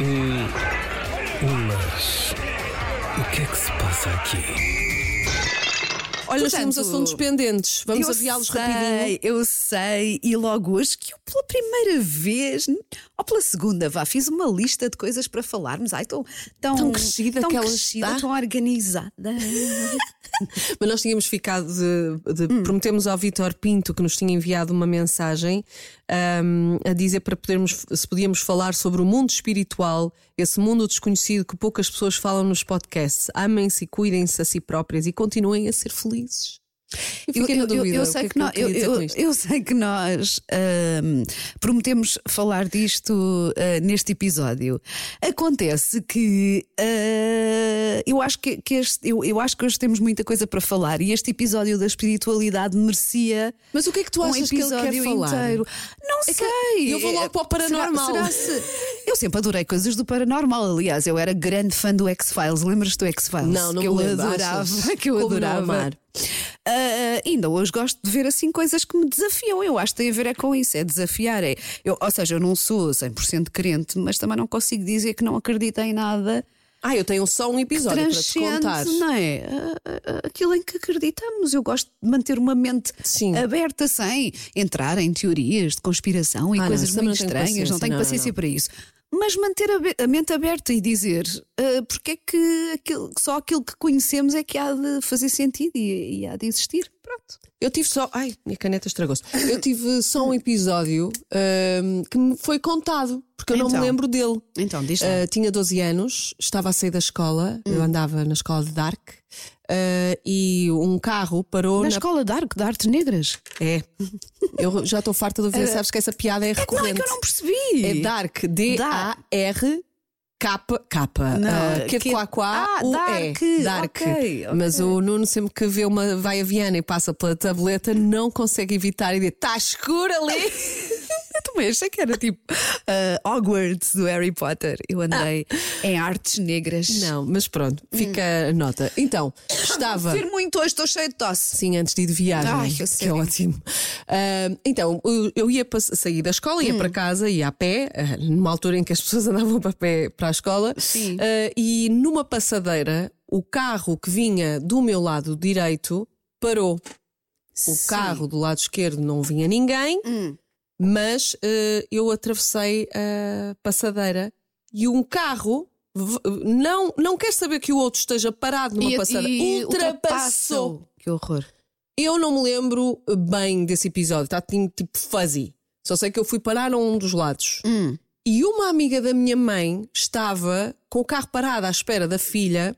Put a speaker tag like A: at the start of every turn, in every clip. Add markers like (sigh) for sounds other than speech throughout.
A: Hum, mas o que é que se passa aqui?
B: Olha, nós
C: Portanto,
B: temos assuntos pendentes. Vamos
C: eu
B: aviá-los
C: sei,
B: rapidinho.
C: Eu sei, e logo hoje que eu pela primeira vez, ou pela segunda, vá, fiz uma lista de coisas para falarmos. Ai, estou tão,
B: Tão crescida
C: tão
B: que ela
C: crescida,
B: está.
C: tão organizada.
B: Mas nós tínhamos ficado de. de-
C: Hum.
B: Prometemos ao Vítor Pinto que nos tinha enviado uma mensagem ahm, a dizer para podermos se podíamos falar sobre o mundo espiritual, esse mundo desconhecido que poucas pessoas falam nos podcasts. Amem-se e cuidem-se a si próprias e continuem a ser felizes. Eu
C: Eu,
B: fiquei na
C: eu- eu-
B: dúvida.
C: eu
B: o
C: sei
B: é
C: que, nós,
B: queria
C: eu,
B: dizer com
C: eu-
B: isto?
C: eu sei que nós ahm, prometemos falar disto ah, neste episódio. Acontece que ah, eu acho que, que este- eu, eu acho que hoje temos muita coisa para falar e este episódio da espiritualidade merecia
B: Mas o que é que tu
C: um
B: achas que ele
C: episódio
B: quer falar?
C: inteiro. Não
B: É que
C: sei.
B: eu vou logo para o
C: Será-
B: paranormal.
C: será se- Eu sempre adorei coisas do paranormal. Aliás, eu era grande fã do X-Files. Lembras-te do X-Files?
B: Não, não
C: que
B: me
C: eu
B: lembro.
C: adorava. (laughs)
B: Achas?
C: Que eu
B: Como não
C: adorava.
B: amar?
C: Ah, ainda hoje gosto de ver assim coisas que me desafiam. Eu acho que tem a ver é com isso, é desafiar. É, eu, ou seja, eu não sou 100% crente, mas também não consigo dizer que não acredito em nada
B: Ah, eu tenho só um episódio para te contar.
C: transcende, não é? Ah, ah, ah, Aquilo em que acreditamos. Eu gosto de manter uma mente
B: Sim.
C: aberta sem entrar em teorias de conspiração e
B: Ah, não,
C: coisas
B: isso também
C: muito
B: não tenho
C: estranhas. Não
B: paciência,
C: tenho
B: não,
C: paciência
B: não.
C: para isso. Mas manter a, be- a mente aberta e dizer ah, porque é que aquilo- só aquilo que conhecemos é que há de fazer sentido e, e há de existir. Pronto.
B: Eu tive só. Ai, minha caneta estragou-se. Eu tive só um episódio ahm, que me foi contado, porque eu não
C: Então.
B: me lembro dele.
C: Então, diz lá. Hum.
B: Ah, tinha 12 anos, estava a sair da escola, eu andava na escola de Dark, ah, e um carro parou
C: Na
B: na.
C: escola de, ar- de artes negras?
B: É. Eu já estou farta de ouvir, sabes que essa piada é
C: Não é
B: recorrente.
C: que eu não percebi.
B: É Dark, D-A-R. K, K,
C: Não,
B: uh, que,
C: que-
B: quá, quá,
C: Ah,
B: U,
C: Dark,
B: E, dark.
C: ok, ok.
B: Mas o Nuno sempre que vê uma vaiaviana e passa pela tableta não consegue evitar e diz: está escuro ali.
C: (laughs) Eu também achei que era tipo ah, Hogwarts do Harry Potter. Eu andei em artes negras.
B: Ah. Não, mas pronto,
C: Hum.
B: fica a nota. Então,
C: (laughs)
B: estava.
C: Ser muito hoje, estou cheio de tosse.
B: Sim, antes de ir de viagem,
C: Ai, eu
B: que é
C: sério.
B: ótimo. Ah, então, eu- eu ia para, sair da escola, ia
C: Hum.
B: para casa, ia a pé, ah, numa altura em que as (laughs) pessoas andavam para pé para a escola,
C: Sim.
B: Ah, e numa passadeira, o carro que vinha do meu lado direito parou. O
C: Sim. Hum.
B: carro do lado esquerdo não vinha ninguém, mas eh, eu atravessei a passadeira e um carro v- não, não quer saber que o outro esteja parado numa
C: E-
B: passadeira,
C: e
B: ultrapassou.
C: ultrapassou. Que horror.
B: Eu não me lembro bem desse episódio, está tipo tipo fuzzy. Só sei que eu fui parar a um dos lados.
C: Hum.
B: E uma amiga da minha mãe estava com o carro parado à espera da filha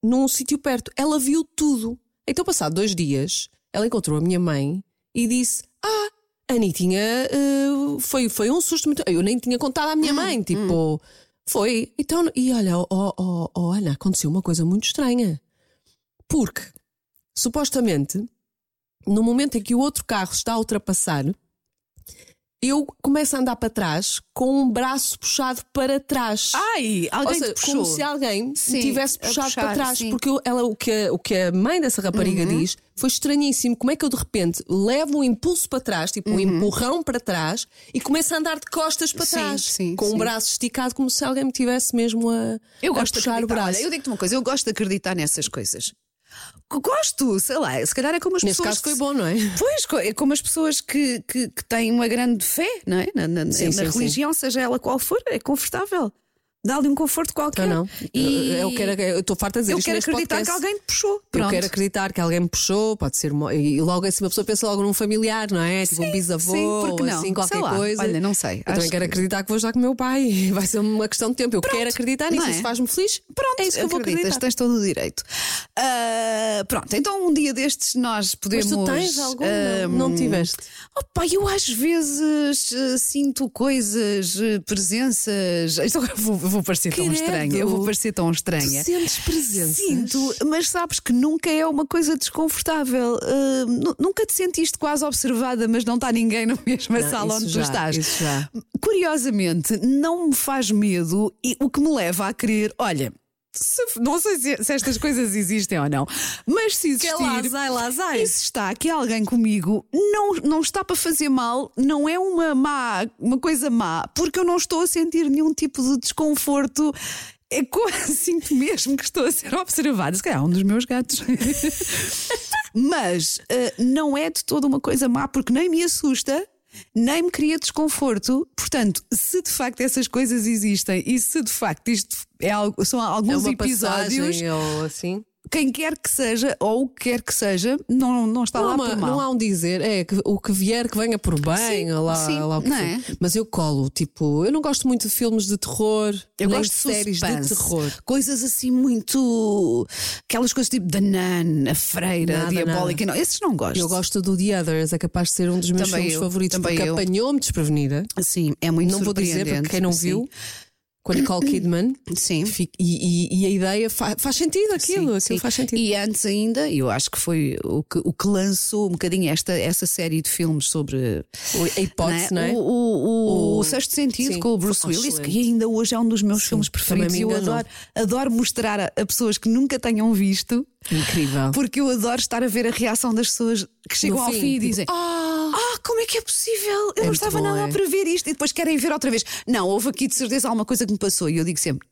B: num sítio perto. Ela viu tudo. Então, passado dois dias, ela encontrou a minha mãe e disse: Ah, a Anitinha eh, foi, foi um susto muito. Eu nem tinha contado à minha mãe. Tipo, foi. Então, e olha, oh, oh, oh, Ana, aconteceu uma coisa muito estranha. Porque, supostamente, no momento em que o outro carro está a ultrapassar, eu começo a andar para trás com um braço puxado para trás.
C: Ah, Ai,
B: Ou
C: alguém
B: seja,
C: te puxou.
B: como se alguém me
C: Sim,
B: tivesse
C: a
B: puxado
C: puxar,
B: para trás.
C: sim. Uhum.
B: Porque eu- ela, o, que a, o que a mãe dessa rapariga diz foi estranhíssimo. Como é que eu de repente levo um impulso para trás, tipo um empurrão para trás, e começo a andar de costas para
C: Uhum. Sim,
B: trás,
C: sim,
B: com o
C: sim.
B: braço esticado, como se alguém me tivesse mesmo a,
C: Eu
B: a
C: gosto de
B: puxar o
C: acreditar.
B: braço.
C: Olha, eu digo-te uma coisa, eu gosto de acreditar nessas coisas. Gosto, sei lá, se calhar é como as
B: Nesse
C: pessoas
B: caso foi
C: que-
B: bom, não é?
C: Pois, co- é como as pessoas que, que, que têm uma grande fé, não é? Na, na- na-
B: Sim,
C: na
B: sim, sim.
C: religião, seja ela qual for, é confortável. Dá-lhe um conforto qualquer.
B: Não, Então não.
C: E-
B: Eu- Eu quero, eu estou farta de dizer
C: eu
B: isto
C: quero
B: neste
C: acreditar
B: podcast.
C: que alguém te puxou.
B: Eu
C: Pronto.
B: quero acreditar que alguém me puxou, pode ser. uma- E logo assim, uma pessoa pensa logo num familiar, não é? Tipo um bisavô,
C: sim, porque
B: ou
C: não?
B: assim, qualquer
C: Sei lá.
B: coisa.
C: Olha, não sei.
B: Eu
C: Acho
B: também quero acreditar que vou já com o meu pai. (laughs) Vai ser uma questão de tempo. Eu quero acreditar nisso.
C: não é?
B: Isso faz-me feliz.
C: Pronto,
B: é isso que eu vou
C: acreditas,
B: acreditar.
C: tens todo o direito. Ah, pronto, então um dia destes nós
B: Mas
C: podemos.
B: tu tens algum?
C: ah,
B: não, não tiveste.
C: Opa, eu às vezes eh, sinto coisas, eh, presenças. Isto agora vou, vou parecer tão
B: Credo.
C: estranha. Eu vou parecer tão
B: Tu
C: estranha.
B: sentes presença.
C: é. Sinto, mas sabes que nunca é uma coisa desconfortável. Ah, nu- nunca te sentiste quase observada, mas não está ninguém na mesma
B: Não,
C: sala
B: isso
C: onde
B: já,
C: tu estás.
B: isso já.
C: Curiosamente, não me faz medo e o que me leva a querer, olha. se- não sei se, se estas coisas existem ou não, mas
B: Que
C: se existir,
B: é lazai, lazai.
C: e se está aqui alguém comigo, não, não está para fazer mal, não é uma má, uma coisa má, porque eu não estou a sentir nenhum tipo de desconforto. É quase (laughs) sinto mesmo que estou a ser observada. Se calhar é um dos meus gatos. (laughs) Mas eh, não é de toda uma coisa má, porque nem me assusta, nem me cria desconforto. Portanto, se de facto essas coisas existem e se de facto isto é algo, são
B: É
C: alguns
B: uma
C: episódios,
B: passagem ou assim.
C: quem quer que seja, ou o que quer que seja, não, não está
B: Não há,
C: lá
B: uma-
C: por
B: não
C: mal.
B: há um dizer, é que o que vier que venha por bem,
C: Sim,
B: ou lá,
C: sim,
B: lá o que
C: não
B: for.
C: é?
B: Mas eu colo, tipo, eu não gosto muito de filmes de terror,
C: Eu
B: nem
C: gosto
B: de séries
C: suspense,
B: de terror.
C: Coisas assim muito. Aquelas coisas tipo The Nun, a freira,
B: Nada,
C: a diabólica. Não, esses não gosto.
B: Eu gosto do The Others, é capaz de ser um dos meus
C: Também
B: filmes
C: eu,
B: favoritos,
C: também
B: porque
C: eu.
B: apanhou-me desprevenida.
C: Sim, é muito
B: Não vou dizer, porque quem não viu, com a Nicole Kidman.
C: (coughs) Sim. sim.
B: Fica- e, e- e a ideia fa- faz sentido aquilo, aquilo
C: Sim.
B: faz sentido.
C: E antes ainda, eu acho que foi o que, o que lançou um bocadinho esta, essa série de filmes sobre
B: a hipótese, não é?
C: O, o- o-
B: O-
C: o Sexto Sentido
B: Sim,
C: com o Bruce
B: excelente.
C: Willis, que ainda hoje é um dos meus filmes preferidos.
B: também
C: E
B: me
C: eu
B: enganou.
C: adoro, adoro mostrar a, a pessoas que nunca tenham visto,
B: Incrível.
C: porque eu adoro estar a ver a reação das pessoas que chegam ao
B: Ah. fim,
C: fim e
B: tipo,
C: dizem.
B: "Ah!"
C: Ah, como é que é possível? Eu
B: É
C: não
B: muito
C: estava
B: bom,
C: nada
B: é.
C: a prever isto e depois querem ver outra vez. Não, houve aqui de certeza alguma coisa que me passou. E eu digo sempre: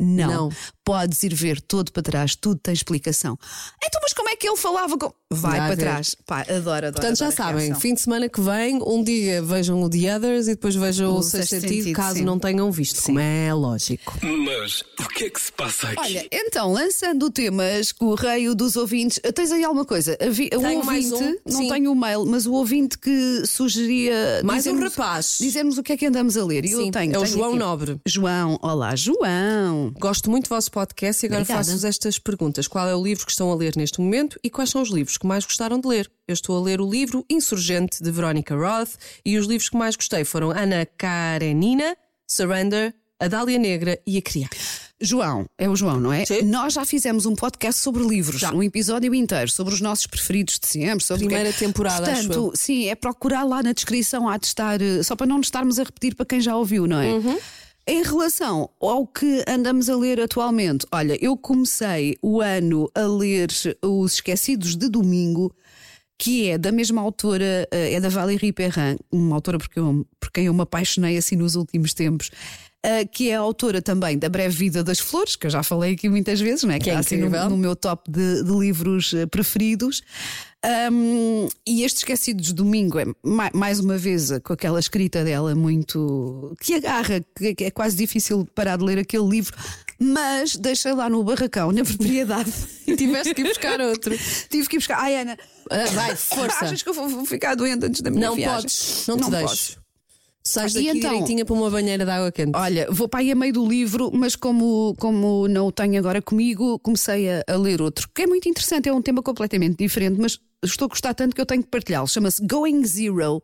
B: Não.
C: não, podes ir ver todo para trás, tudo tem explicação. Então, mas como é que ele falava? com- Vai
B: Vai
C: para
B: ver.
C: trás. Pá, adoro, adoro.
B: Portanto, já
C: adoro a
B: sabem,
C: reação.
B: fim de semana que vem, um dia vejam o The Others e depois vejam o, Sexto Sentido, caso
C: sim.
B: não tenham visto, como é lógico.
A: Mas o que é que se passa aqui?
C: Olha, então, lançando o tema escorreio dos ouvintes, Ah, tens aí alguma coisa? Havia, o
B: Tenho
C: ouvinte,
B: mais um,
C: não
B: sim.
C: tenho o mail, mas o ouvinte que sugeria.
B: Mais um
C: dizermos-
B: rapaz.
C: Dizermos o que é que andamos a ler. E eu
B: Sim,
C: tenho.
B: é o
C: tenho
B: João
C: aqui.
B: Nobre.
C: João, olá, João.
B: Gosto muito do vosso podcast e agora
C: Obrigada.
B: faço-vos estas perguntas. Qual é o livro que estão a ler neste momento e quais são os livros que mais gostaram de ler? Eu estou a ler o livro Insurgente de Veronica Roth e os livros que mais gostei foram Ana Karenina, Surrender, A Dália Negra e A Criar.
C: João, é o João, não é?
B: Sim.
C: Nós já fizemos um podcast sobre livros, um episódio inteiro, sobre os nossos preferidos de sempre. Sobre o que é-
B: Primeira temporada, acho
C: Portanto, sim, é procurar lá na descrição, há de estar, eh, só para não nos estarmos a repetir para quem já ouviu, não é?
B: Uhum.
C: Em relação ao que andamos a ler atualmente, olha, eu comecei o ano a ler Os Esquecidos de Domingo, que é da mesma autora, eh, é da Valérie Perrin, uma autora porque eu- por quem eu me apaixonei assim nos últimos tempos. eh, que é a autora também da Breve Vida das Flores, que eu já falei aqui muitas vezes, não é?
B: Que é
C: está assim no-
B: incrível.
C: no, meu top de, de livros eh, preferidos. Ahm, e este Esquecidos de Domingo é ma- mais uma vez eh, com aquela escrita dela muito que agarra, que que é quase difícil parar de ler aquele livro, mas deixei lá no barracão, na (laughs) propriedade.
B: E tiveste que ir buscar outro.
C: Tive que ir buscar. Ai, Ana,
B: Ah, vai, força.
C: (laughs) Achas que eu vou vou ficar doente antes da minha
B: Não
C: viagem?
B: podes, não te
C: posso.
B: deixes. Sais
C: E
B: daqui
C: então? Ah.
B: direitinha para uma banheira de água quente.
C: Olha, vou para aí a meio do livro, mas como, como não o tenho agora comigo, comecei a, a ler outro, que é muito interessante, é um tema completamente diferente, mas estou a gostar tanto que eu tenho que partilhá-lo. Chama-se Going Zero.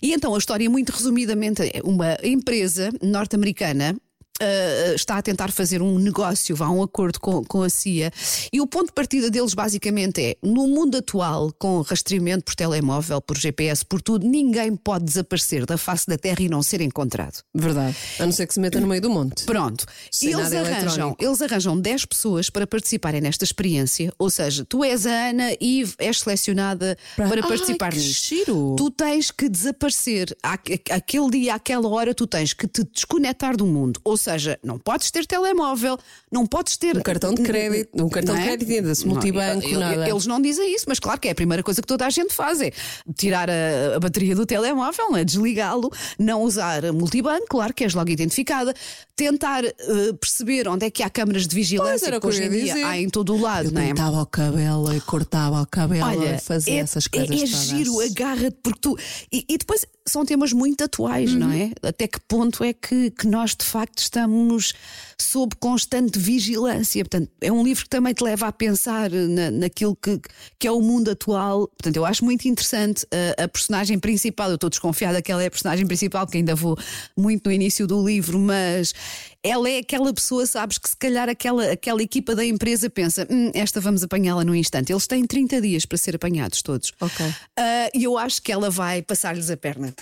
C: E então a história, muito resumidamente, é uma empresa norte-americana. ah, está a tentar fazer um negócio, vá a um acordo com, com a CIA. E o ponto de partida deles basicamente é: no mundo atual, com rastreamento por telemóvel, por GPS, por tudo, ninguém pode desaparecer da face da Terra e não ser encontrado.
B: Verdade. A não ser que se meta no meio do monte.
C: Pronto.
B: Sem
C: eles,
B: nada
C: arranjam,
B: eletrónico.
C: eles arranjam 10 pessoas para participarem nesta experiência. Ou seja, tu és a Ana e és selecionada para,
B: Ai,
C: participar
B: que
C: nisto.
B: giro.
C: Tu tens que desaparecer. Há- Aquele dia, àquela hora, tu tens que te desconectar do mundo. Ou seja, não podes ter telemóvel, não podes ter.
B: Um cartão de crédito, um cartão
C: Não
B: de
C: é?
B: crédito ainda-se
C: Não,
B: multibanco,
C: ele-
B: nada.
C: Eles não dizem isso, mas claro que é a primeira coisa que toda a gente faz: é tirar a, a bateria do telemóvel, não é? desligá-lo, não usar multibanco, claro que és logo identificada, tentar eh, perceber onde é que há câmaras de
B: Pois,
C: vigilância,
B: era o
C: que
B: que
C: hoje
B: eu
C: em
B: ia
C: dia
B: dizer.
C: há em todo o lado,
B: Eu
C: não é?
B: pintava o cabelo e cortava o cabelo
C: Olha,
B: e fazia
C: é,
B: essas coisas.
C: é, é
B: todas.
C: giro, agarra-te, porque tu. E, e depois são temas muito atuais, não é? Até que ponto é que, que nós de facto estamos sob constante vigilância? Portanto, é um livro que também te leva a pensar na, naquilo que, que é o mundo atual. Portanto, eu acho muito interessante a, a personagem principal. Eu estou desconfiada que ela é a personagem principal, porque ainda vou muito no início do livro, mas ela é aquela pessoa, sabes, que se calhar aquela, aquela equipa da empresa pensa: "Hum, esta vamos apanhá-la num instante. Eles têm 30 dias para ser apanhados todos.
B: Ok.
C: Ah, E eu acho que ela vai passar-lhes a perna.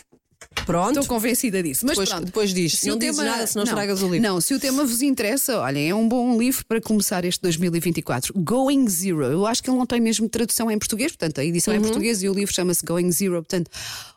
B: Pronto.
C: Estou convencida disso. Mas
B: Depois-
C: pronto.
B: depois diz.
C: Se
B: Não
C: o
B: dizes
C: tema-
B: nada, senão estragas o livro.
C: Não, se o tema vos interessa, olhem, é um bom livro para começar este 2024. Going Zero. Eu acho que ele não tem mesmo tradução em português, portanto, a edição é
B: Uhum.
C: em português e o livro chama-se Going Zero, portanto,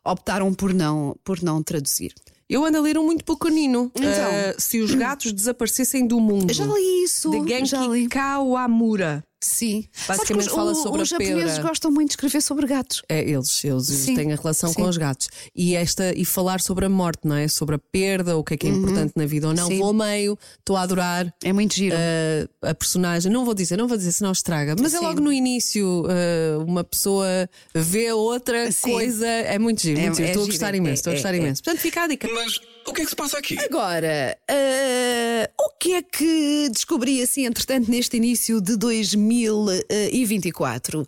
C: optaram por não, por não traduzir.
B: Eu ando a ler um muito pequenino.
C: Então.
B: Eh, se os gatos desaparecessem do mundo.
C: Já li isso.
B: De
C: já li.
B: Uhum. Genki Kawamura.
C: Sim. Sabe que
B: Basicamente
C: os-
B: fala
C: o-
B: sobre
C: Os
B: a pedra.
C: japoneses gostam muito de escrever sobre gatos.
B: É, eles, eles
C: Sim,
B: têm a relação
C: sim.
B: com os gatos. E esta e falar sobre a morte, não é? Sobre a perda, o que é que é importante na vida ou não.
C: Uhum. Sim.
B: Vou ao meio, estou a adorar.
C: É muito giro.
B: eh, a personagem, não vou dizer, não vou dizer, senão estraga, mas é
C: Sim.
B: logo no início eh, uma pessoa vê outra
C: Sim.
B: coisa, é muito giro,
C: É-
B: muito giro.
C: é
B: estou a
C: giro,
B: gostar
C: é-
B: imenso, estou a
C: é-
B: gostar
C: é.
B: imenso. Portanto, fica a dica.
A: Mas o que é que se passa aqui?
C: Agora, ah, o que é que descobri assim, entretanto, neste início de 2024?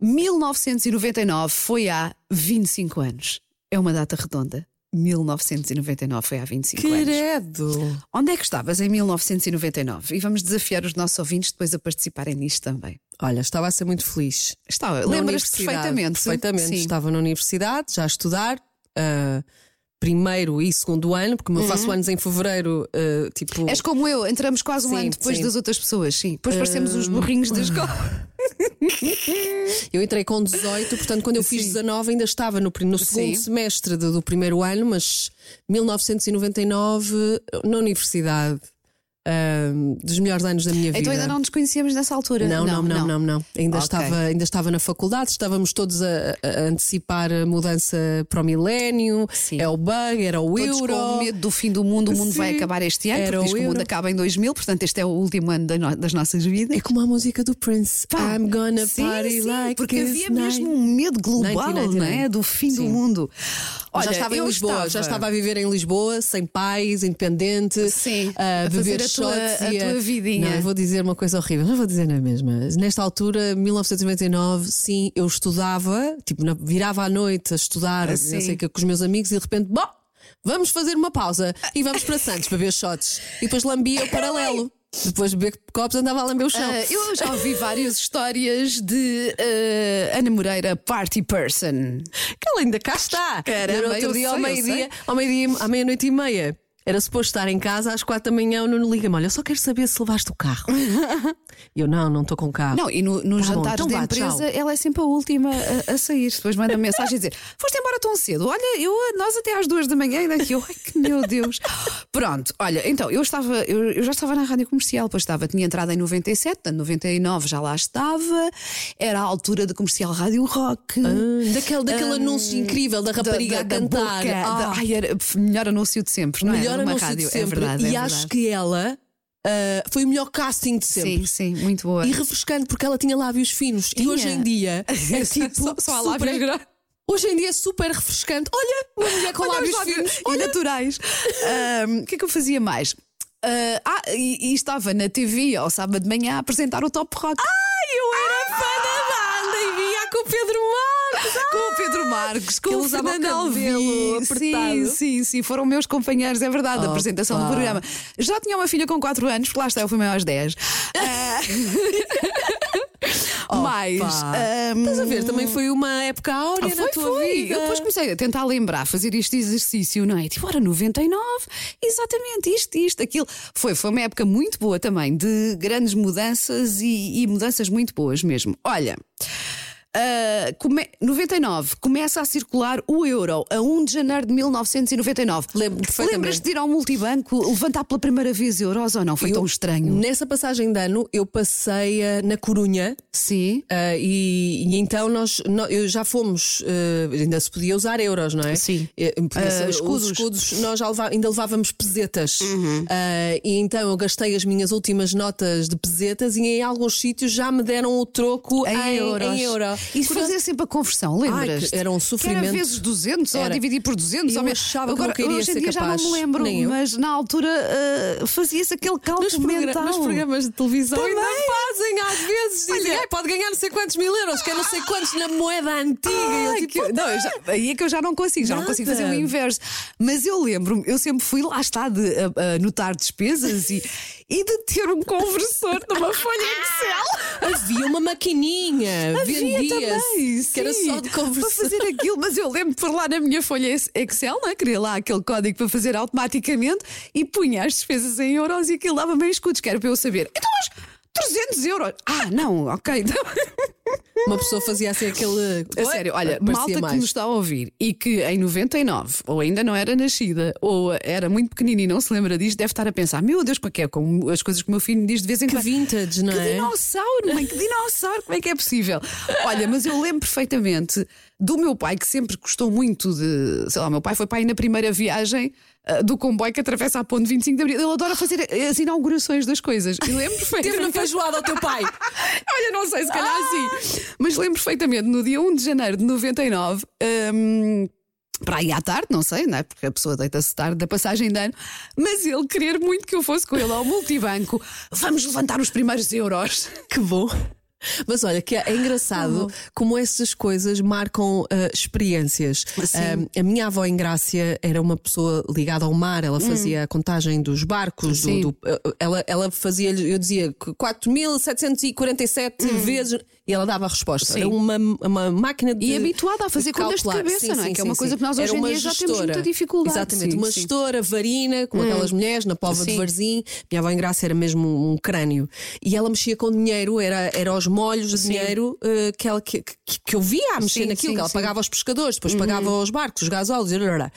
C: 1999 foi há 25 anos. É uma data redonda. 1999 foi há 25 anos.
B: Credo!
C: Onde é que estavas em 1999? E vamos desafiar os nossos ouvintes depois a participarem nisto também.
B: Olha, estava a ser muito feliz.
C: Estava,
B: Na
C: lembras-te
B: universidade,
C: perfeitamente.
B: Perfeitamente.
C: Sim.
B: Estava na universidade, já a estudar. ah, Primeiro e segundo ano, porque eu
C: Uhum.
B: faço anos em fevereiro, ah, tipo.
C: És como eu, entramos quase um
B: Sim,
C: ano depois
B: sim. Ah,
C: das outras pessoas, sim. Depois parecemos os burrinhos da
B: (laughs)
C: escola.
B: Eu entrei com 18, portanto, quando eu fiz 19, ainda estava no, pri- no segundo
C: Sim.
B: semestre do, do primeiro ano, mas 1999, na universidade, ah, dos melhores anos da minha vida.
C: Então ainda não nos conhecíamos nessa altura.
B: Não, não, não, não, não. Ainda,
C: Ok.
B: estava, ainda estava na faculdade, estávamos todos a, a antecipar a mudança para o milénio,
C: Sim.
B: é o bug, era o
C: Todos
B: euro.
C: com medo do fim do mundo, o mundo vai
B: Sim.
C: acabar este ano,
B: Era
C: porque diz
B: o
C: que o mundo
B: euro.
C: acaba em 2000, portanto este é o último ano da no- das nossas vidas.
B: É como a música do Prince.
C: Pá,
B: I'm gonna
C: sim,
B: party
C: sim,
B: like
C: porque
B: this
C: havia
B: night.
C: mesmo um medo global,
B: 1999.
C: não é? Do fim do
B: Sim.
C: mundo.
B: Eu
C: Olha,
B: já estava em
C: eu
B: Lisboa, já estava a viver em Lisboa, sem pais, independente,
C: Sim,
B: a,
C: a fazer
B: beber
C: a tua-
B: shots
C: a
B: e
C: tua vidinha.
B: Não, eu vou dizer uma coisa horrível, não vou dizer na mesma. Nesta altura, 1999, sim, eu estudava, tipo, na- virava à noite a estudar,
C: Ah, sim.
B: não sei o que, com os meus amigos e de repente, bom, vamos fazer uma pausa e vamos para Santos beber shots. E depois lambia o paralelo. Depois de beber copos andava a lamber o chão.
C: Ah, eu já ouvi várias histórias de ah, Ana Moreira, party person.
B: que ela ainda cá está.
C: Caramba,
B: Era
C: eu
B: outro dia,
C: sei,
B: ao
C: eu
B: meio-dia, ao meio-dia, à meia-noite e meia. Era suposto estar em casa às quatro da manhã, o Nuno liga-me: Olha, eu só quero saber se levaste o carro. (laughs) E eu: Não, não estou com carro.
C: Não, e no, nos
B: Tá bom,
C: jantares
B: então
C: da
B: vá,
C: empresa
B: tchau.
C: ela é sempre a última a, a sair. Depois manda mensagem a dizer: Foste embora tão cedo. Olha, eu, nós até às duas da manhã e daqui. eu, Ai que meu Deus. Pronto, olha, então eu estava, eu, eu já estava na rádio comercial, pois estava, tinha entrado em 97, portanto, 99 já lá estava. Era a altura da comercial Rádio Rock.
B: Daquele, daquele anúncio incrível Ah. da rapariga
C: da,
B: a
C: da
B: cantar.
C: boca, da-
B: Ah.
C: ai, era o melhor anúncio de sempre, não
B: melhor
C: era? Numa
B: anúncio
C: rádio,
B: de sempre.
C: é verdade.
B: e
C: é
B: acho
C: verdade.
B: que ela ah, foi o melhor casting de sempre.
C: Sim, sim, muito boa.
B: E refrescante, porque ela tinha lábios finos. E
C: Tinha.
B: hoje em (laughs) dia é
C: (laughs)
B: tipo.
C: Só- só há
B: super-
C: lábios gra-
B: Hoje em dia é super refrescante. Olha, uma mulher com
C: Olha os
B: lábios, finos.
C: e naturais. Ahm, O que é que eu fazia mais? Ah, ah, e, e estava na TV ao sábado de manhã a apresentar o Top Rock
B: Eu era fã da banda e via com o Pedro Marques. Ah!
C: com o Pedro Marques, com
B: ele
C: o
B: usava o
C: Fernando
B: cabelo
C: Alvim. Sim,
B: apertado.
C: sim, sim, foram meus companheiros, é verdade, a apresentação do
B: pá.
C: programa. Já tinha uma filha com 4 anos, porque lá está, eu fui maior aos 10.
B: (laughs)
C: Ah, (laughs) Mas. ahm,
B: Estás a ver, também foi uma época áurea
C: Ah, foi,
B: na tua
C: foi.
B: vida.
C: Eu depois comecei a tentar lembrar, fazer este exercício, não é? Tipo, ora, 99, exatamente isto, isto, aquilo. Foi, foi uma época muito boa também, de grandes mudanças e, e mudanças muito boas mesmo. Olha. ah, come- 99 começa a circular o euro a 1 de janeiro de 1999.
B: Lembro-me perfeitamente.
C: Lembras-te de ir ao multibanco levantar pela primeira vez euros ou não? Foi
B: Eu-
C: tão estranho.
B: Nessa passagem de ano, eu passei eh, na Corunha.
C: Sim.
B: eh, e, e então nós, nó- eu já fomos, eh, ainda se podia usar euros, não é?
C: Sim.
B: Eh, podia ser- os
C: escudos. Uhum.
B: escudos. nós já leva- ainda levávamos pesetas. Eh, e então eu gastei as minhas últimas notas de pesetas e em alguns sítios já me deram o troco em, Em euro.
C: E
B: Portanto,
C: fazer sempre a conversão, lembras?
B: Ai, que era um
C: Que
B: sofrimento.
C: era vezes 200 ou a
B: Era.
C: dividir por 200
B: Eu
C: ou me-
B: achava que
C: Agora,
B: nunca iria
C: Hoje em
B: ser
C: dia
B: capaz.
C: já não me lembro,
B: Nem eu.
C: mas na altura ah, fazia-se aquele cálculo
B: Nos, progra-
C: mental.
B: nos programas de televisão
C: Também.
B: ainda fazem às vezes dizem,
C: Olha.
B: "Ai, pode ganhar não sei quantos mil euros, quer não sei quantos na moeda antiga. E eu
C: Ai,
B: tipo,
C: que- não, eu já- aí é que eu já não consigo, já não consigo
B: Nada.
C: fazer o inverso. Mas eu lembro-me, eu sempre fui lá está de a- a anotar despesas e, (laughs) e de ter um conversor numa folha Excel.
B: Havia uma maquininha, vendia-se, que era
C: sim,
B: só de
C: Para
B: conversar.
C: fazer aquilo, mas eu lembro de pôr lá na minha folha Excel, não é? queria lá aquele código para fazer automaticamente e punha as despesas em euros e aquilo dava bem escudos, que era para eu saber. Então, mas 300 euros. Ah, não, ok. (laughs) Então...
B: Uma pessoa fazia assim aquele.
C: A sério, olha,
B: Parecia
C: malta que
B: mais.
C: nos está a ouvir e que em 99 ou ainda não era nascida ou era muito pequenina e não se lembra disto, deve estar a pensar: meu Deus, como é que é? Como as coisas que o meu filho me diz de vez em
B: Que
C: quando.
B: vintage, não
C: Que
B: é?
C: dinossauro, mãe, que dinossauro, como é que é possível? Olha, mas eu lembro perfeitamente do meu pai que sempre gostou muito de. Sei lá, o meu pai foi pai na primeira viagem ah, do comboio que atravessa a ponte 25 de Abril. Ele adora fazer eh, as inaugurações das coisas.
B: (laughs)
C: E lembro
B: Teve na
C: perfeitamente.
B: feijoada ao teu pai.
C: Olha, não sei, se calhar sim.
B: Ah!
C: Mas lembro perfeitamente, no dia 1 de janeiro de 99, hum, para aí à tarde, não sei, não é? Porque a pessoa deita-se tarde da passagem de ano, mas ele querer muito que eu fosse com ele ao multibanco. Vamos levantar os primeiros euros.
B: (laughs) Que bom. Mas olha, que é engraçado como essas coisas marcam ah, experiências.
C: Sim.
B: Ah, a minha avó em Grácia era uma pessoa ligada ao mar, ela fazia a contagem dos barcos, do-
C: Hum. Sim.
B: do- ah, ela, ela fazia, eu dizia que 4.747 vezes e ela dava a resposta. Era uma, uma máquina de.
C: Hum. E habituada a
B: de
C: fazer contas de
B: calcular.
C: cabeça, não é? Que é uma coisa que nós
B: Era
C: hoje em
B: uma
C: dia já temos
B: gestora.
C: muita dificuldade.
B: Exatamente,
C: Sim,
B: uma
C: sim.
B: gestora varina, com aquelas mulheres na pova de
C: Hum. Sim.
B: Varzim. Minha avó em Graça era mesmo um, um crânio. E ela mexia com dinheiro, era, era aos molhos de dinheiro eh, que, ela, que, que, que eu via a mexer
C: Sim,
B: naquilo,
C: sim, Uhum.
B: que ela
C: sim.
B: pagava aos pescadores, depois pagava aos barcos, os gasóleos, e, rará.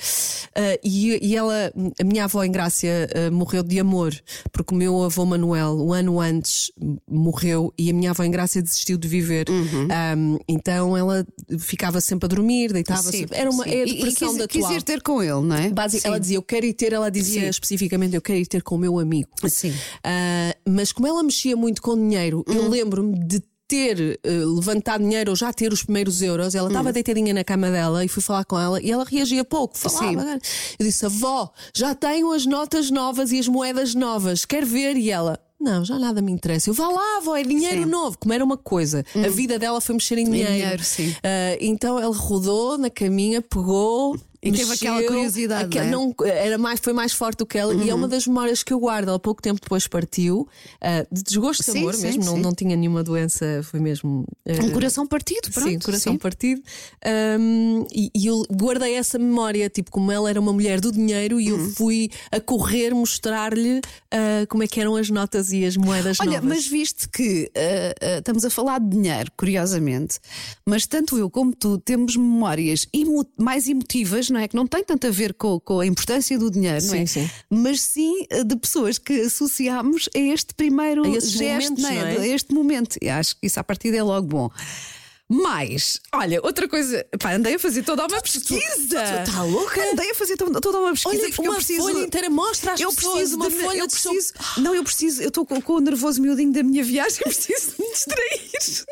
B: Eh, e, e ela, a minha avó em Graça eh, morreu de amor, porque o meu avô Manuel, um ano antes, m- morreu e a minha avó em Graça desistiu de viver.
C: Uhum.
B: Ahm, então ela ficava sempre a dormir, deitava-se. Era uma
C: Sim.
B: é a
C: E- e
B: depressão
C: quis,
B: da
C: quis
B: atual.
C: ir ter com ele, não é?
B: Basic,
C: Sim.
B: ela dizia, eu quero ir ter, ela dizia
C: Sim.
B: especificamente, eu quero ir ter com o meu amigo.
C: Sim. Uhum.
B: Ah, mas como ela mexia muito com dinheiro, eu lembro-me de ter eh, levantado dinheiro ou já ter os primeiros euros. Ela
C: Uhum.
B: estava deitadinha na cama dela e fui falar com ela e ela reagia pouco, falava. né? Eu disse, avó, já tenho as notas novas e as moedas novas, quer ver? E ela. Não, já nada me interessa. Eu vá lá, avó, é dinheiro
C: Sim. Uhum.
B: novo. Como era uma coisa. A vida dela foi mexer em dinheiro.
C: dinheiro, sim.
B: Ah, então ela rodou na caminha, pegou.
C: E teve aquela curiosidade,
B: aquela-
C: não é?
B: não não- era mais, foi mais forte do que ela e é uma das memórias que eu guardo. Ela pouco tempo depois partiu, ah, de desgosto de
C: Sim,
B: amor
C: sim,
B: mesmo, Não,
C: sim.
B: não tinha nenhuma doença, foi mesmo. ah,
C: Um coração partido, pronto.
B: sim, coração partido. Ahm, e, e eu guardei essa memória, tipo, como ela era uma mulher do dinheiro e eu fui a correr mostrar-lhe ah, como é que eram as notas e as moedas
C: Olha,
B: novas.
C: mas viste que ah, ah, estamos a falar de dinheiro, curiosamente, mas tanto eu como tu temos memórias emo- mais emotivas, não é? Que não tem tanto a ver com, com a importância do dinheiro, não é?
B: Sim, sim.
C: Mas sim ah, de pessoas que associámos a este primeiro
B: A esses
C: gesto,
B: momentos, não é?
C: A este momento. E acho que isso à partida é logo bom. Mas, olha, outra coisa, pá, andei a fazer toda uma pesquisa.
B: Então, tu tá louca?
C: Andei a fazer to- toda uma pesquisa
B: Olha,
C: porque
B: uma
C: eu preciso
B: folha inteira mostra às
C: eu
B: pessoas
C: preciso
B: uma
C: de, me-
B: folha
C: eu
B: de so-
C: preciso, Não, eu preciso, eu estou com, com o nervoso miudinho da minha viagem, (laughs) preciso de me distrair.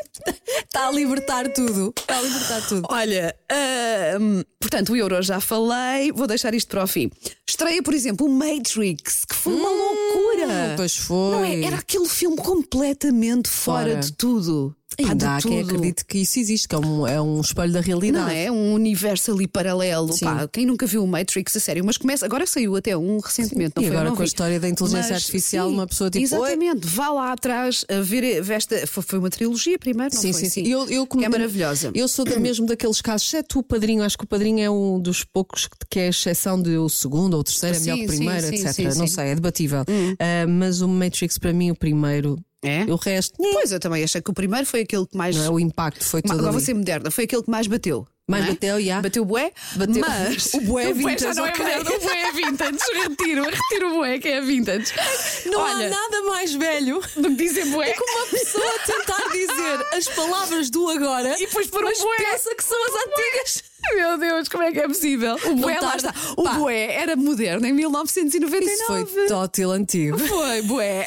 B: Está a libertar tudo. Está a libertar tudo.
C: Olha, ahm, portanto, o Euro já falei, vou deixar isto para o fim. Estreia, por exemplo, o Matrix, que foi uma loucura.
B: Hum, pois foi.
C: Não é? Era aquele filme completamente fora,
B: Fora.
C: de tudo. Pá, de
B: Ainda há quem
C: tudo.
B: acredite que isso existe, que é um, é um espelho da realidade.
C: Não é? Um universo ali paralelo. Pá, quem nunca viu o Matrix, a sério, mas começa. Agora saiu até um recentemente, não
B: E
C: foi?
B: agora
C: Eu não
B: com a
C: vi.
B: história da inteligência artificial, uma pessoa tipo,
C: Exatamente, vá lá atrás a ver. ver Esta, foi foi uma trilogia primeiro, não
B: Sim,
C: foi?
B: sim, sim. Eu, eu,
C: Que é maravilhosa.
B: Eu sou da- mesmo daqueles casos, exceto o padrinho. Acho que o padrinho é um dos poucos que- que é exceção de o segundo ou o terceiro, é
C: Sim,
B: melhor que o
C: sim,
B: primeiro,
C: sim,
B: etc.
C: sim,
B: Não
C: sim.
B: sei, é debatível. Ah, mas o Matrix, para mim, o primeiro.
C: É?
B: O resto,
C: Pois, eu também achei que o primeiro foi aquele que mais.
B: não é? o impacto foi todo.
C: agora
B: ali.
C: vou ser moderna, foi aquele que mais bateu.
B: Mais
C: não é?
B: bateu, já.
C: Bateu bué?
B: Bateu- (laughs)
C: Mas.
B: O
C: (laughs)
B: bué é vintage,
C: já não
B: ok.
C: é moderno, o bué é
B: (laughs)
C: vintage. Retiro, retiro o bué, que é vintage.
B: Não há
C: Olha,
B: nada É mais
C: (laughs)
B: velho
C: do que dizer bué.
B: que uma pessoa tentar dizer as palavras do agora
C: E depois pôr um
B: mas
C: bué.
B: pensa que são as antigas.
C: Meu Deus, como é que é possível? O bué, lá
B: tarda.
C: está. O
B: Pá.
C: bué era moderno em 1999.
B: Isso foi tótil antigo.
C: Foi, bué.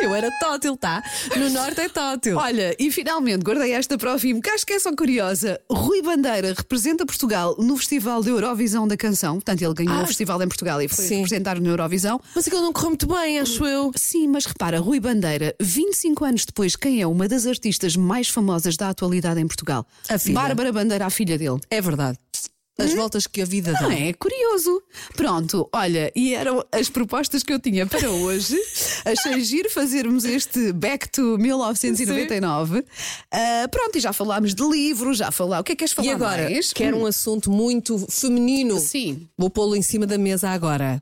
B: Eu era tótil, tá? No norte é tótil.
C: (laughs) Olha, e finalmente guardei esta para o fim, porque acho que é só curiosa. Rui Bandeira representa Portugal no Festival da Eurovisão da Canção. Portanto, ele ganhou
B: Ah.
C: o festival em Portugal e foi
B: Sim.
C: representar na Eurovisão.
B: Mas aquilo não correu muito bem, acho eu.
C: Sim, mas repara, Rui Bandeira, 25 anos depois, quem é uma das artistas mais famosas da atualidade em Portugal?
B: A filha.
C: Bárbara Bandeira, a filha dele.
B: É verdade.
C: Hum?
B: as voltas que a vida dá.
C: Não é? Curioso. Pronto, olha, e eram as propostas que eu tinha para hoje. Achei giro fazermos este back to 1999. Ah, pronto, e já falámos de livros, já falámos. O que é que queres falar
B: E agora,
C: mais? Hum.
B: quero um assunto muito feminino.
C: Sim. Hum.
B: Vou pô-lo em cima da mesa agora.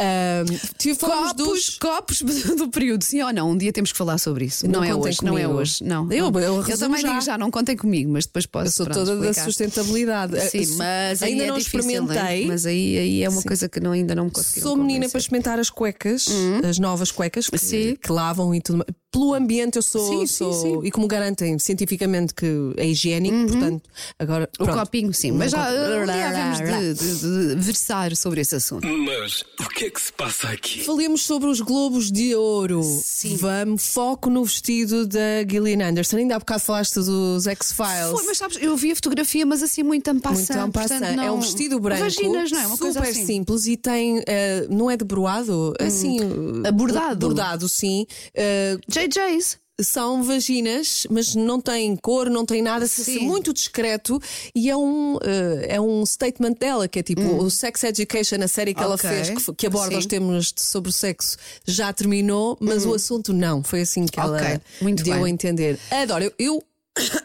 B: Ah, tive- falamos dos.
C: Copos, copos (laughs) do período, sim ou não? Um dia temos que falar sobre isso. Não,
B: Não
C: é
B: contem
C: hoje, não é
B: comigo.
C: hoje. Não.
B: Eu- eu resumo
C: também
B: já.
C: digo já, não contem comigo, mas depois posso.
B: Eu sou
C: pronto,
B: toda da
C: explicar.
B: sustentabilidade. Ah,
C: Sim,
B: su-
C: mas aí
B: ainda
C: é
B: não
C: difícil, hein?
B: experimentei.
C: Mas aí, aí é uma coisa que não, ainda não me consegui.
B: Sou menina para experimentar as cuecas, as novas cuecas que,
C: Uhum. Sim.
B: que lavam e tudo mais. Pelo ambiente eu sou,
C: Sim, sim,
B: sou
C: sim. Uhum.
B: e como garantem cientificamente que é higiênico, portanto, agora
C: O
B: pronto.
C: copinho, sim. Mas já
B: copo.
C: uh, um dia
B: Lá, lá,
C: havemos de, de- de versar sobre esse assunto.
A: Mas o que é que se passa aqui?
B: Falemos sobre os Globos de Ouro.
C: Sim.
B: Vamos, foco no vestido da Gillian Anderson. Ainda há bocado falaste dos X-Files.
C: Foi, mas sabes, eu vi a fotografia, mas assim muito ampassante.
B: Muito en passant. É um vestido branco.
C: Vaginas, não é? Uma
B: super
C: coisa assim. Hum.
B: simples e tem. eh, não é de broado? Assim. eh,
C: Bordado.
B: Bordado, sim. Eh,
C: JJ's.
B: são vaginas, mas não têm cor, não têm nada, se- se
C: Sim.
B: muito discreto. E é um, eh, é um statement dela, que é tipo o Sex Education, a série que ela
C: Ok.
B: fez, que, f- que aborda
C: Sim.
B: os temas de- sobre o sexo, já terminou, mas o assunto não. Foi assim que ela
C: Ok. Muito
B: deu
C: bem.
B: a entender. Adoro, eu. eu (coughs)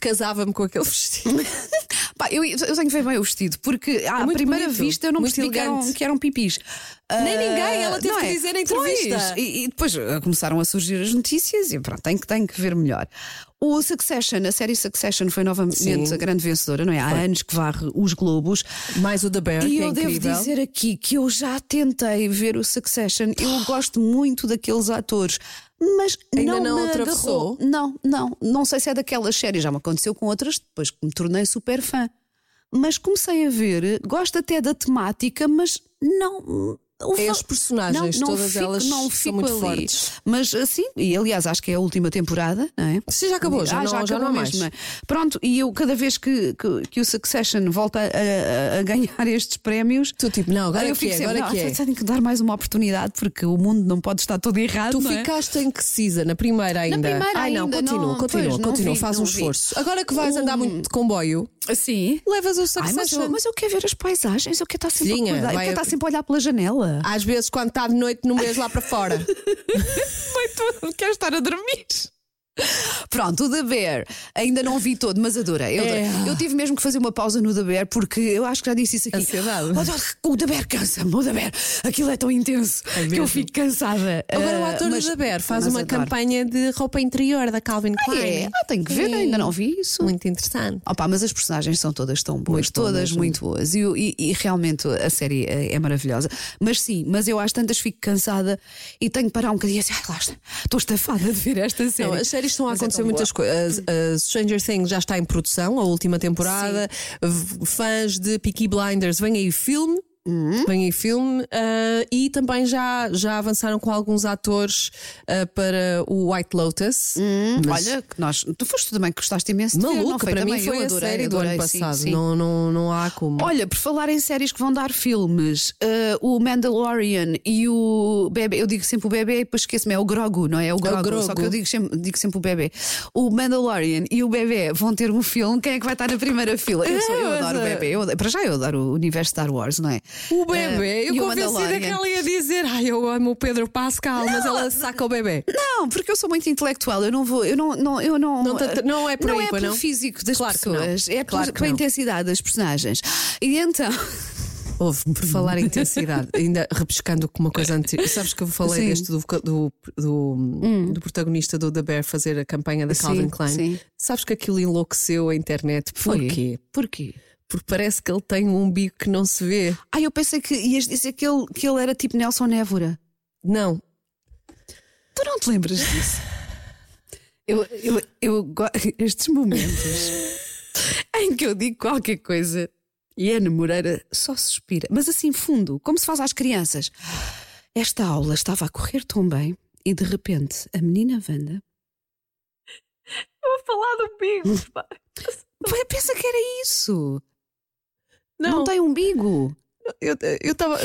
B: Casava-me com aquele vestido.
C: Pá, eu, eu tenho que ver bem o vestido, porque à
B: Ah, muito
C: primeira
B: bonito,
C: vista eu não
B: muito
C: percebi que eram,
B: elegante.
C: que eram pipis.
B: Nem
C: Ah,
B: ninguém, ela teve
C: não
B: que
C: é?
B: dizer na entrevista.
C: Pois, e, e depois ah, começaram a surgir as notícias e pronto, tenho que, tenho que ver melhor. O Succession, a série Succession foi novamente
B: Sim.
C: a grande vencedora, não é? Há anos que varre os Globos.
B: Mais o da Bear,
C: E
B: que é
C: eu devo
B: incrível.
C: dizer aqui que eu já tentei ver o Succession. Eu gosto muito daqueles atores, mas
B: Oh. Ainda
C: não,
B: não
C: me
B: atravessou?
C: agarrou. Não, não, não sei se é daquelas séries. Já me aconteceu com outras, depois que me tornei super fã. Mas comecei a ver, gosto até da temática, mas não. o
B: É
C: fa-
B: as personagens, todas elas são muito fortes.
C: Mas assim, e aliás, acho que é a última temporada, não é?
B: Sim, já acabou, já
C: Ah,
B: não- já não há
C: acabou
B: mais.
C: mesmo, não é? Pronto, e eu cada vez que, que, que o Succession volta a, a- a ganhar estes prémios.
B: Tu tipo, não, agora
C: eu
B: é que
C: fico
B: é,
C: sempre,
B: agora é
C: não,
B: que é.
C: Tem que dar mais uma oportunidade porque o mundo não pode estar todo errado.
B: Tu
C: não é?
B: ficaste em que season? Na primeira ainda?
C: primeira
B: Ai não,
C: ainda,
B: continua,
C: não,
B: continua,
C: pois, não
B: continua,
C: vi,
B: faz um
C: não vi.
B: esforço. Agora que vais andar muito de comboio,
C: Sim.
B: levas o
C: Ai, mas,
B: Succession.
C: eu, mas eu quero ver as paisagens, eu quero estar sempre,
B: Filhinha,
C: a, acordar, eu
B: vai-
C: quero estar sempre a olhar pela janela.
B: Às vezes, quando está de noite, não vês lá para
C: (laughs)
B: fora.
C: quero estar a dormir. Pronto, o The Bear ainda não vi todo, mas adorei. Eu, adorei.
B: É.
C: Eu tive mesmo que fazer uma pausa no The Bear porque eu acho que já disse isso aqui.
B: Ansiedade.
C: Adoro- O The Bear cansa-me, o The Bear. Aquilo é tão intenso que eu
B: mesmo.
C: fico cansada.
B: Agora, o
C: Ah,
B: ator
C: mas-
B: do Jaber faz
C: mas
B: uma
C: adoro.
B: campanha de roupa interior da Calvin
C: Ah, é?
B: Klein.
C: Ah, tenho que ver,
B: É.
C: ainda não vi isso.
B: Muito interessante.
C: Opa, mas as personagens são todas tão boas,
B: Muito boas
C: todas
B: mesmo.
C: muito boas. E, eu- e- e realmente a série eh, é maravilhosa. Mas sim, mas eu às tantas fico cansada e tenho que parar um bocadinho e assim, ai lá está, estou estafada de ver esta série.
B: Não, as séries estão a
C: Mas é
B: acontecer
C: tão Hum.
B: muitas coisas. A Stranger Things já está em produção, a última temporada. V- Fãs de Peaky Blinders, vem aí filme.
C: Hum.
B: Vem aí filme. ah, e também já, já avançaram com alguns atores ah, para o White Lotus. Mas
C: Olha, que nós. Tu foste também que gostaste imenso de ver, Hum. não
B: Maluca,
C: foi?
B: para mim
C: Também eu
B: foi a
C: adorei,
B: série do ano
C: adorei, sim,
B: passado.
C: sim.
B: Não, não, não há como.
C: Olha, por falar em séries que vão dar filmes, eh, o Mandalorian e o Bebê, eu digo sempre o Bebê e depois esqueço-me, é o Grogu, não é? É o Grogu,
B: Grogu.
C: só que eu digo sempre, digo sempre o Bebê. O Mandalorian e o Bebê vão ter um filme, quem é que vai estar na primeira fila? Eu, sou, eu
B: Ah,
C: adoro o
B: mas,
C: Bebê, eu adoro- para já eu adoro o universo Star Wars, não é?
B: o bebê,
C: Eh,
B: eu
C: e o
B: convencida
C: Mandalorian.
B: que ela ia dizer: Ai, eu amo o Pedro Pascal, mas ela saca o bebê.
C: Não, porque eu sou muito intelectual, eu não vou, eu não, não, eu não,
B: Não te- não é por
C: não
B: aí,
C: é
B: pois
C: pelo
B: não?
C: físico das
B: Claro que não.
C: pessoas, é
B: Claro
C: pela-
B: que
C: pela
B: não.
C: intensidade das personagens. E então,
B: Houve, por falar em
C: (laughs)
B: intensidade, ainda repescando com uma coisa antiga. Sabes que eu falei
C: Sim. Hum.
B: deste do, voca- do, do, do protagonista do The Bear fazer a campanha da Calvin
C: Sim,
B: Klein?
C: sim.
B: Sabes que aquilo enlouqueceu a internet? Porquê?
C: porquê?
B: Porque parece que ele tem um bico que não se vê.
C: Ah, eu pensei que ias dizer que ele, que ele era tipo Nelson Évora.
B: Não.
C: Tu não te lembras disso? Eu, eu, eu go- estes momentos (laughs) em que eu digo qualquer coisa e Ana Moreira só suspira, mas assim fundo, como se faz às crianças. Esta aula estava a correr tão bem e de repente a menina Wanda.
D: Vou falar do Bigos, pá.
C: "Pá, Hum. Pensa que era isso! Não,
B: Não, tá,
C: tem umbigo!
B: eu estava.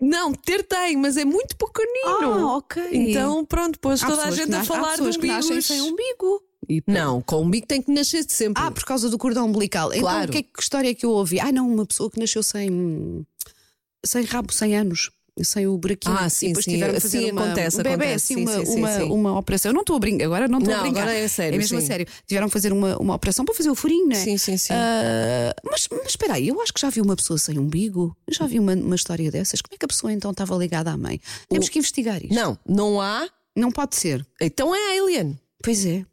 B: Não, ter tem, mas é muito pequenino.
C: Ah, ok!
B: Então, pronto, pôs
C: Há
B: toda a
C: pessoas que
B: gente a
C: nas- há
B: falar
C: pessoas
B: dos
C: que nascem
B: bigos.
C: sem um umbigo. E pô-
B: Não, com um bico tem que nascer de sempre.
C: Ah, por causa do cordão umbilical. Então,
B: Claro.
C: o que é que história é que eu ouvi? Ah, não, uma pessoa que nasceu sem, sem rabo, sem anos. Sem o buraquinho.
B: Ah,
C: E
B: sim,
C: depois
B: sim.
C: tiveram que
B: Assim
C: fazer uma-
B: acontece,
C: um bebê,
B: acontece.
C: assim,
B: Sim,
C: uma,
B: sim, sim,
C: uma,
B: sim.
C: uma operação. Eu não estou a brincar, agora não estou a
B: Não,
C: brincar.
B: agora é sério,
C: mesmo a
B: sim.
C: sério. Tiveram que fazer uma, uma operação para fazer o furinho, não é?
B: Sim, sim, sim.
C: Ah, mas, mas espera aí, eu acho que já vi uma pessoa sem umbigo. Eu já vi uma, uma história dessas. Como é que a pessoa então estava ligada à mãe? Temos que investigar isto.
B: Não, não há.
C: Não pode ser.
B: Então é alien.
C: Pois é.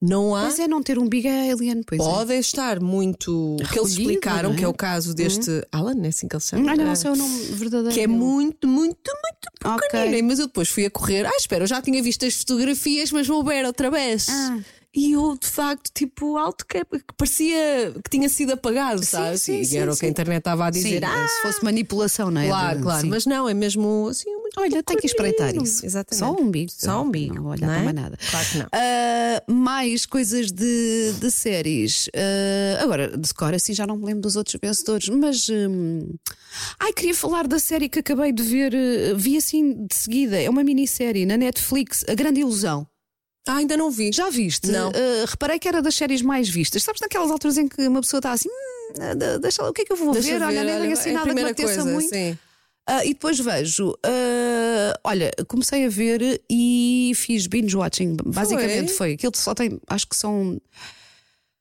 B: Não há.
C: Pois é, não ter umbigo é alien. Pois é.
B: Pode estar muito. O que eles
C: Recolhido,
B: explicaram,
C: não é?
B: que é o caso deste. Alan, é assim que ele se chama?
C: Não, não,
B: Ah,
C: esse é o nome verdadeiro.
B: Que é
C: dele.
B: muito, muito, muito
C: Ok.
B: pequenino. Mas eu depois fui a correr. Ah, espera, eu já tinha visto as fotografias, mas vou ver outra vez.
C: Ah.
B: E eu, de facto, tipo, alto que que parecia que tinha sido apagado, sabe?
C: sim,
B: e
C: sim,
B: era o que a
C: sim.
B: internet estava a dizer.
C: Sim,
B: ah,
C: se fosse manipulação, não é?
B: claro,
C: De-
B: claro.
C: sim.
B: Mas não, é mesmo assim. Muito
C: Olha, tenho que espreitar
B: pequenino.
C: isso.
B: Exatamente.
C: Só um umbigo.
B: Só um umbigo.
C: Não vou olhar
B: não é?
C: para mais nada.
B: Claro que não.
C: Ah, mais coisas de, de séries. Ah, agora, de cor, assim já não me lembro dos outros vencedores, mas. hum, ai, queria falar da série que acabei de ver. eh, vi assim de seguida. É uma minissérie na Netflix, A Grande Ilusão.
B: Ah, ainda não vi.
C: Já viste?
B: Não.
C: Ah, reparei que era das séries mais vistas. Sabes naquelas alturas em que uma pessoa está assim. "Hum, de- deixa lá, o que é que eu vou
B: Deixa
C: ver?
B: eu
C: Olha, nem
B: olha,
C: tenho assim
B: é a
C: nada que me
B: primeira
C: apeteça
B: coisa,
C: muito.
B: sim.
C: Ah, e depois vejo, ah, olha, comecei a ver e fiz binge watching. Basicamente foi. Aquilo só tem, acho que são.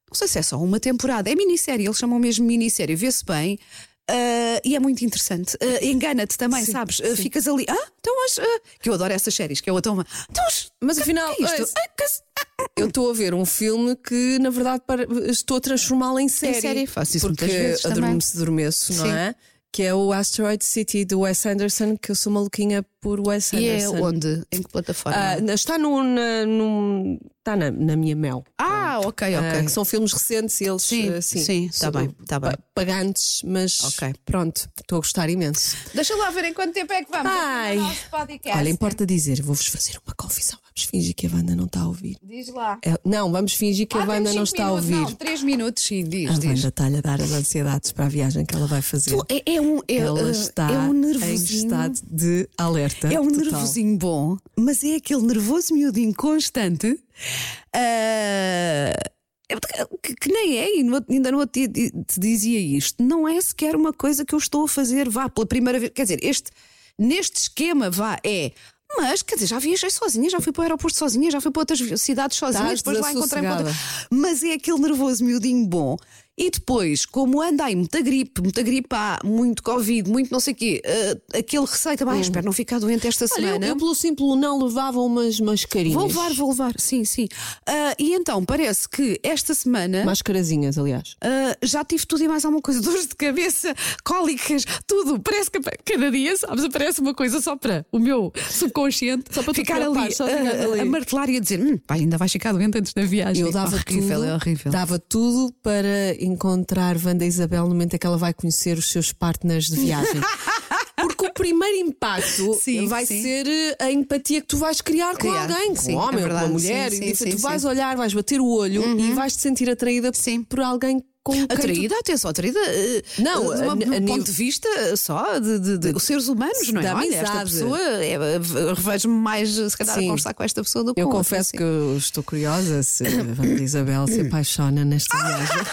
C: Não sei se é só uma temporada. É minissérie, eles chamam mesmo minissérie. Vê-se bem. ah, e é muito interessante. Ah, Engana-te também, sabes? Ah, ficas ali. Ah, então hoje. ah", que eu adoro essas séries, que eu então. Então hoje.
B: Mas
C: que-
B: afinal,
C: que é isto?
B: é-
C: Ah, que-
B: Eu estou a ver um filme que, na verdade, para- estou a transformá-lo em série.
C: série, faço isso
B: porque
C: muitas vezes também.
B: adormeço, adormeço, não
C: Sim.
B: é? Que é o Asteroid City do Wes Anderson, que eu sou maluquinha por Wes
C: E é
B: Anderson.
C: onde? Em que plataforma?
B: Ah, na- está no, na, num- está na, na minha mel.
C: ah, ok, ok.
B: Ah, que são filmes recentes e eles
C: Sim,
B: ah,
C: sim,
B: são
C: está bem, está bem.
B: pa- Pagantes, mas
C: Ok.
B: pronto, estou a gostar imenso.
C: Deixa lá ver em quanto tempo é que vamos.
B: Ai.
C: podcast.
B: Olha, importa dizer, vou-vos fazer uma confissão. Vamos fingir que a Wanda não está a ouvir.
C: Diz lá.
B: É- não, vamos fingir que a Wanda não está a ouvir.
C: 3 minutos, sim, diz.
B: A Wanda está-lhe a dar as ansiedades para a viagem que ela vai fazer.
C: É, é um, é,
B: ela
C: eh,
B: está
C: é um
B: em
C: nervosinho.
B: estado de alerta.
C: É um
B: total.
C: nervosinho bom, mas é aquele nervoso miudinho constante. ah, é- que, que nem é, e no outro- ainda no outro dia di- te dizia isto. Não é sequer uma coisa que eu estou a fazer, vá, pela primeira vez. Quer dizer, este, neste esquema, vá, é. Mas, quer dizer, já viajei sozinha, já fui para o aeroporto sozinha, já fui para outras cidades sozinha,
B: Estás
C: depois lá encontrei-me com outra-
B: desassossegada.
C: Mas é aquele nervoso miudinho bom. E depois, como anda aí muita gripe, muita gripe há, muito Covid, muito não sei o quê, ah, aquele receita, bah, espero não ficar doente esta
B: Hum. Olha, eu,
C: semana.
B: eu pelo simples não levava umas mascarinhas.
C: Vou levar, vou levar, sim, sim. Ah, e então, parece que esta semana
B: Mascarazinhas, aliás.
C: ah, já tive tudo e mais alguma coisa. (laughs) Dores de cabeça, cólicas, tudo. Parece que cada dia, sabes, aparece uma coisa só para o meu subconsciente só para
B: te
C: ficar ali,
B: preocupares, só ficar
C: ah,
B: ali.
C: a martelar e a dizer: "Hum, vai, ainda vais ficar doente antes da viagem.
B: Eu dava
C: horrível,
B: tudo,
C: é horrível.
B: Dava tudo para encontrar Wanda Isabel no momento em que ela vai conhecer os seus partners de
C: (laughs)
B: viagem. Porque o primeiro impacto
C: Sim,
B: vai
C: sim.
B: ser eh, a empatia que tu vais criar,
C: Criar,
B: com alguém, com
C: sim,
B: um
C: é
B: homem, ou com
C: verdade,
B: uma mulher.
C: sim,
B: e
C: sim,
B: dizer,
C: sim,
B: tu vais
C: sim. Uhum.
B: olhar, vais bater o olho e vais te sentir atraída
C: Sim.
B: por alguém com quem tu
C: Atraída, atenção, atraída. eh,
B: Não,
C: de uma-
B: a-
C: de
B: a
C: um ponto
B: nível-
C: de vista eh, só de, de- de- os seres humanos, não é?
B: Da
C: Olha, esta
B: amizade.
C: pessoa, é, eh, revejo-me mais, se calhar,
B: Sim.
C: a conversar com esta pessoa do que
B: Eu
C: com outra,
B: confesso
C: sim.
B: que eu estou curiosa (coughs) se a Wanda Isabel se apaixona nesta viagem.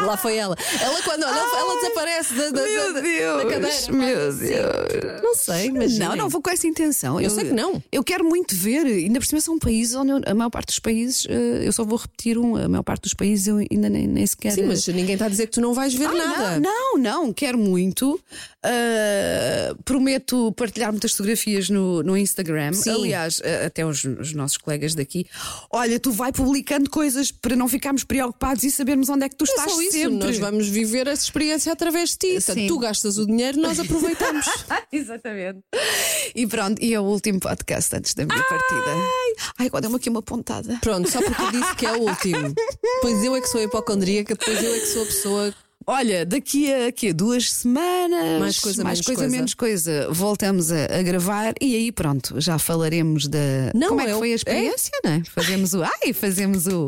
B: Lá foi ela. Ela quando olha, ela, ela desaparece da, da- da- da-
C: Meu Deus,
B: da cadeira.
C: meu Deus.
B: Não sei, mas
C: Não, não vou com essa intenção. Eu,
B: sei que não.
C: Eu quero muito ver, ainda por cima são países onde eu- a maior parte dos países, eh, eu só vou repetir um, a maior parte dos países eu ainda nem, nem sequer.
B: Sim, mas ninguém está a dizer que tu não vais ver
C: Ah,
B: nada.
C: Não, não, não, quero muito. Ah, prometo partilhar muitas fotografias no, no Instagram.
B: Sim.
C: Aliás, ah, até os, os nossos colegas daqui. Olha, tu vai publicando coisas para não ficarmos preocupados e sabermos onde é que tu
B: É
C: estás
B: só isso,
C: sempre.
B: nós
C: (laughs)
B: vamos viver essa experiência através de ti. Portanto,
C: Sim.
B: tu gastas o dinheiro, nós (laughs) aproveitamos.
C: Exatamente. E pronto, e é o último podcast antes da minha partida. Ai, agora deu-me aqui uma pontada.
B: Pronto, só porque eu disse que é o último. Pois eu é que sou a hipocondríaca, depois eu é que sou a pessoa
C: Olha, daqui a quê? duas semanas,
B: Mais coisa, menos coisa.
C: menos coisa, voltamos a, a gravar e aí pronto, já falaremos da.
B: Não,
C: Como é que
B: eu-
C: foi a experiência, não é? Fazemos o. Ai, fazemos o,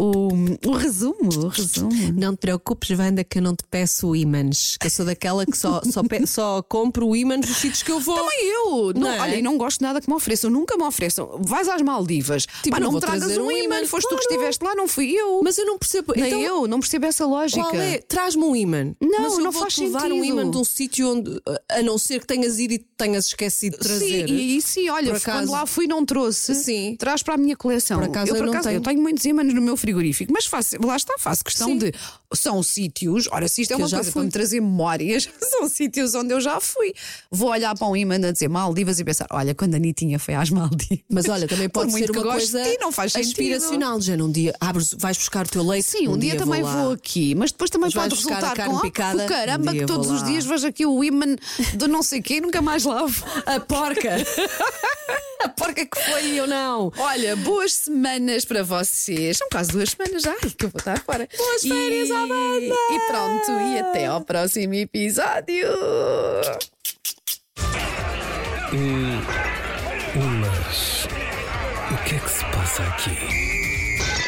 C: o, o resumo, o resumo.
B: Não te preocupes, Wanda, que eu não te peço ímãs. Que eu sou daquela que só, só, pe- só compro ímãs nos sítios que eu vou.
C: Também eu!
B: Não
C: Não,
B: é?
C: Olha, e não gosto nada que me ofereçam, nunca me ofereçam. Vais às Maldivas,
B: Tipo,
C: Pá,
B: não
C: não,
B: vou
C: me tragas
B: trazer
C: um
B: um
C: imã,
B: ímã,
C: foste tu que
B: claro.
C: estiveste lá, não fui eu.
B: Mas eu não percebo.
C: Nem
B: então,
C: eu, não percebo essa lógica.
B: Qual é? Traz-me um ímã.
C: Não,
B: Mas eu
C: não
B: vou
C: faz
B: levar um
C: sentido.
B: ímã de um sítio onde, a não ser que tenhas ido e tenhas esquecido de trazer.
C: Sim, e, e sim, olha,
B: Por acaso-
C: quando lá fui não trouxe.
B: Sim.
C: Traz para a minha coleção.
B: Por acaso
C: eu,
B: eu
C: por
B: não
C: acaso,
B: tenho.
C: eu tenho muitos ímãs no meu frigorífico, mas faço, lá está, faço questão
B: Sim.
C: de. São sítios, ora, se isto é
B: Que eu
C: uma
B: já
C: coisa
B: fui.
C: para me trazer memórias, (laughs) são sítios onde eu já fui. Vou olhar para um imã a dizer Maldivas e pensar: olha, quando a Anitinha foi às Maldivas.
B: Mas olha, também
C: (laughs) Por
B: pode
C: muito
B: ser
C: que
B: uma
C: goste
B: coisa
C: de ti, não faz sentido.
B: inspiracional. Já num dia abres, vais buscar o teu leite.
C: Sim, um, dia, também vou,
B: lá.
C: aqui, mas depois também
B: Mas
C: pode
B: vais buscar a
C: resultar
B: carne
C: com "Ah,
B: picada,
C: pô,
B: um
C: caramba,
B: dia
C: que todos
B: vou
C: os
B: lá."
C: dias vejo aqui o imã do não sei quê e nunca mais lá vou.
B: A porca! (laughs) a porca que foi e eu não!
C: Olha, boas semanas para vocês. São quase duas semanas já que eu vou estar fora. Boas
B: férias à banda!
C: E pronto, e até ao próximo episódio.
A: Ulas. O que é que se passa aqui?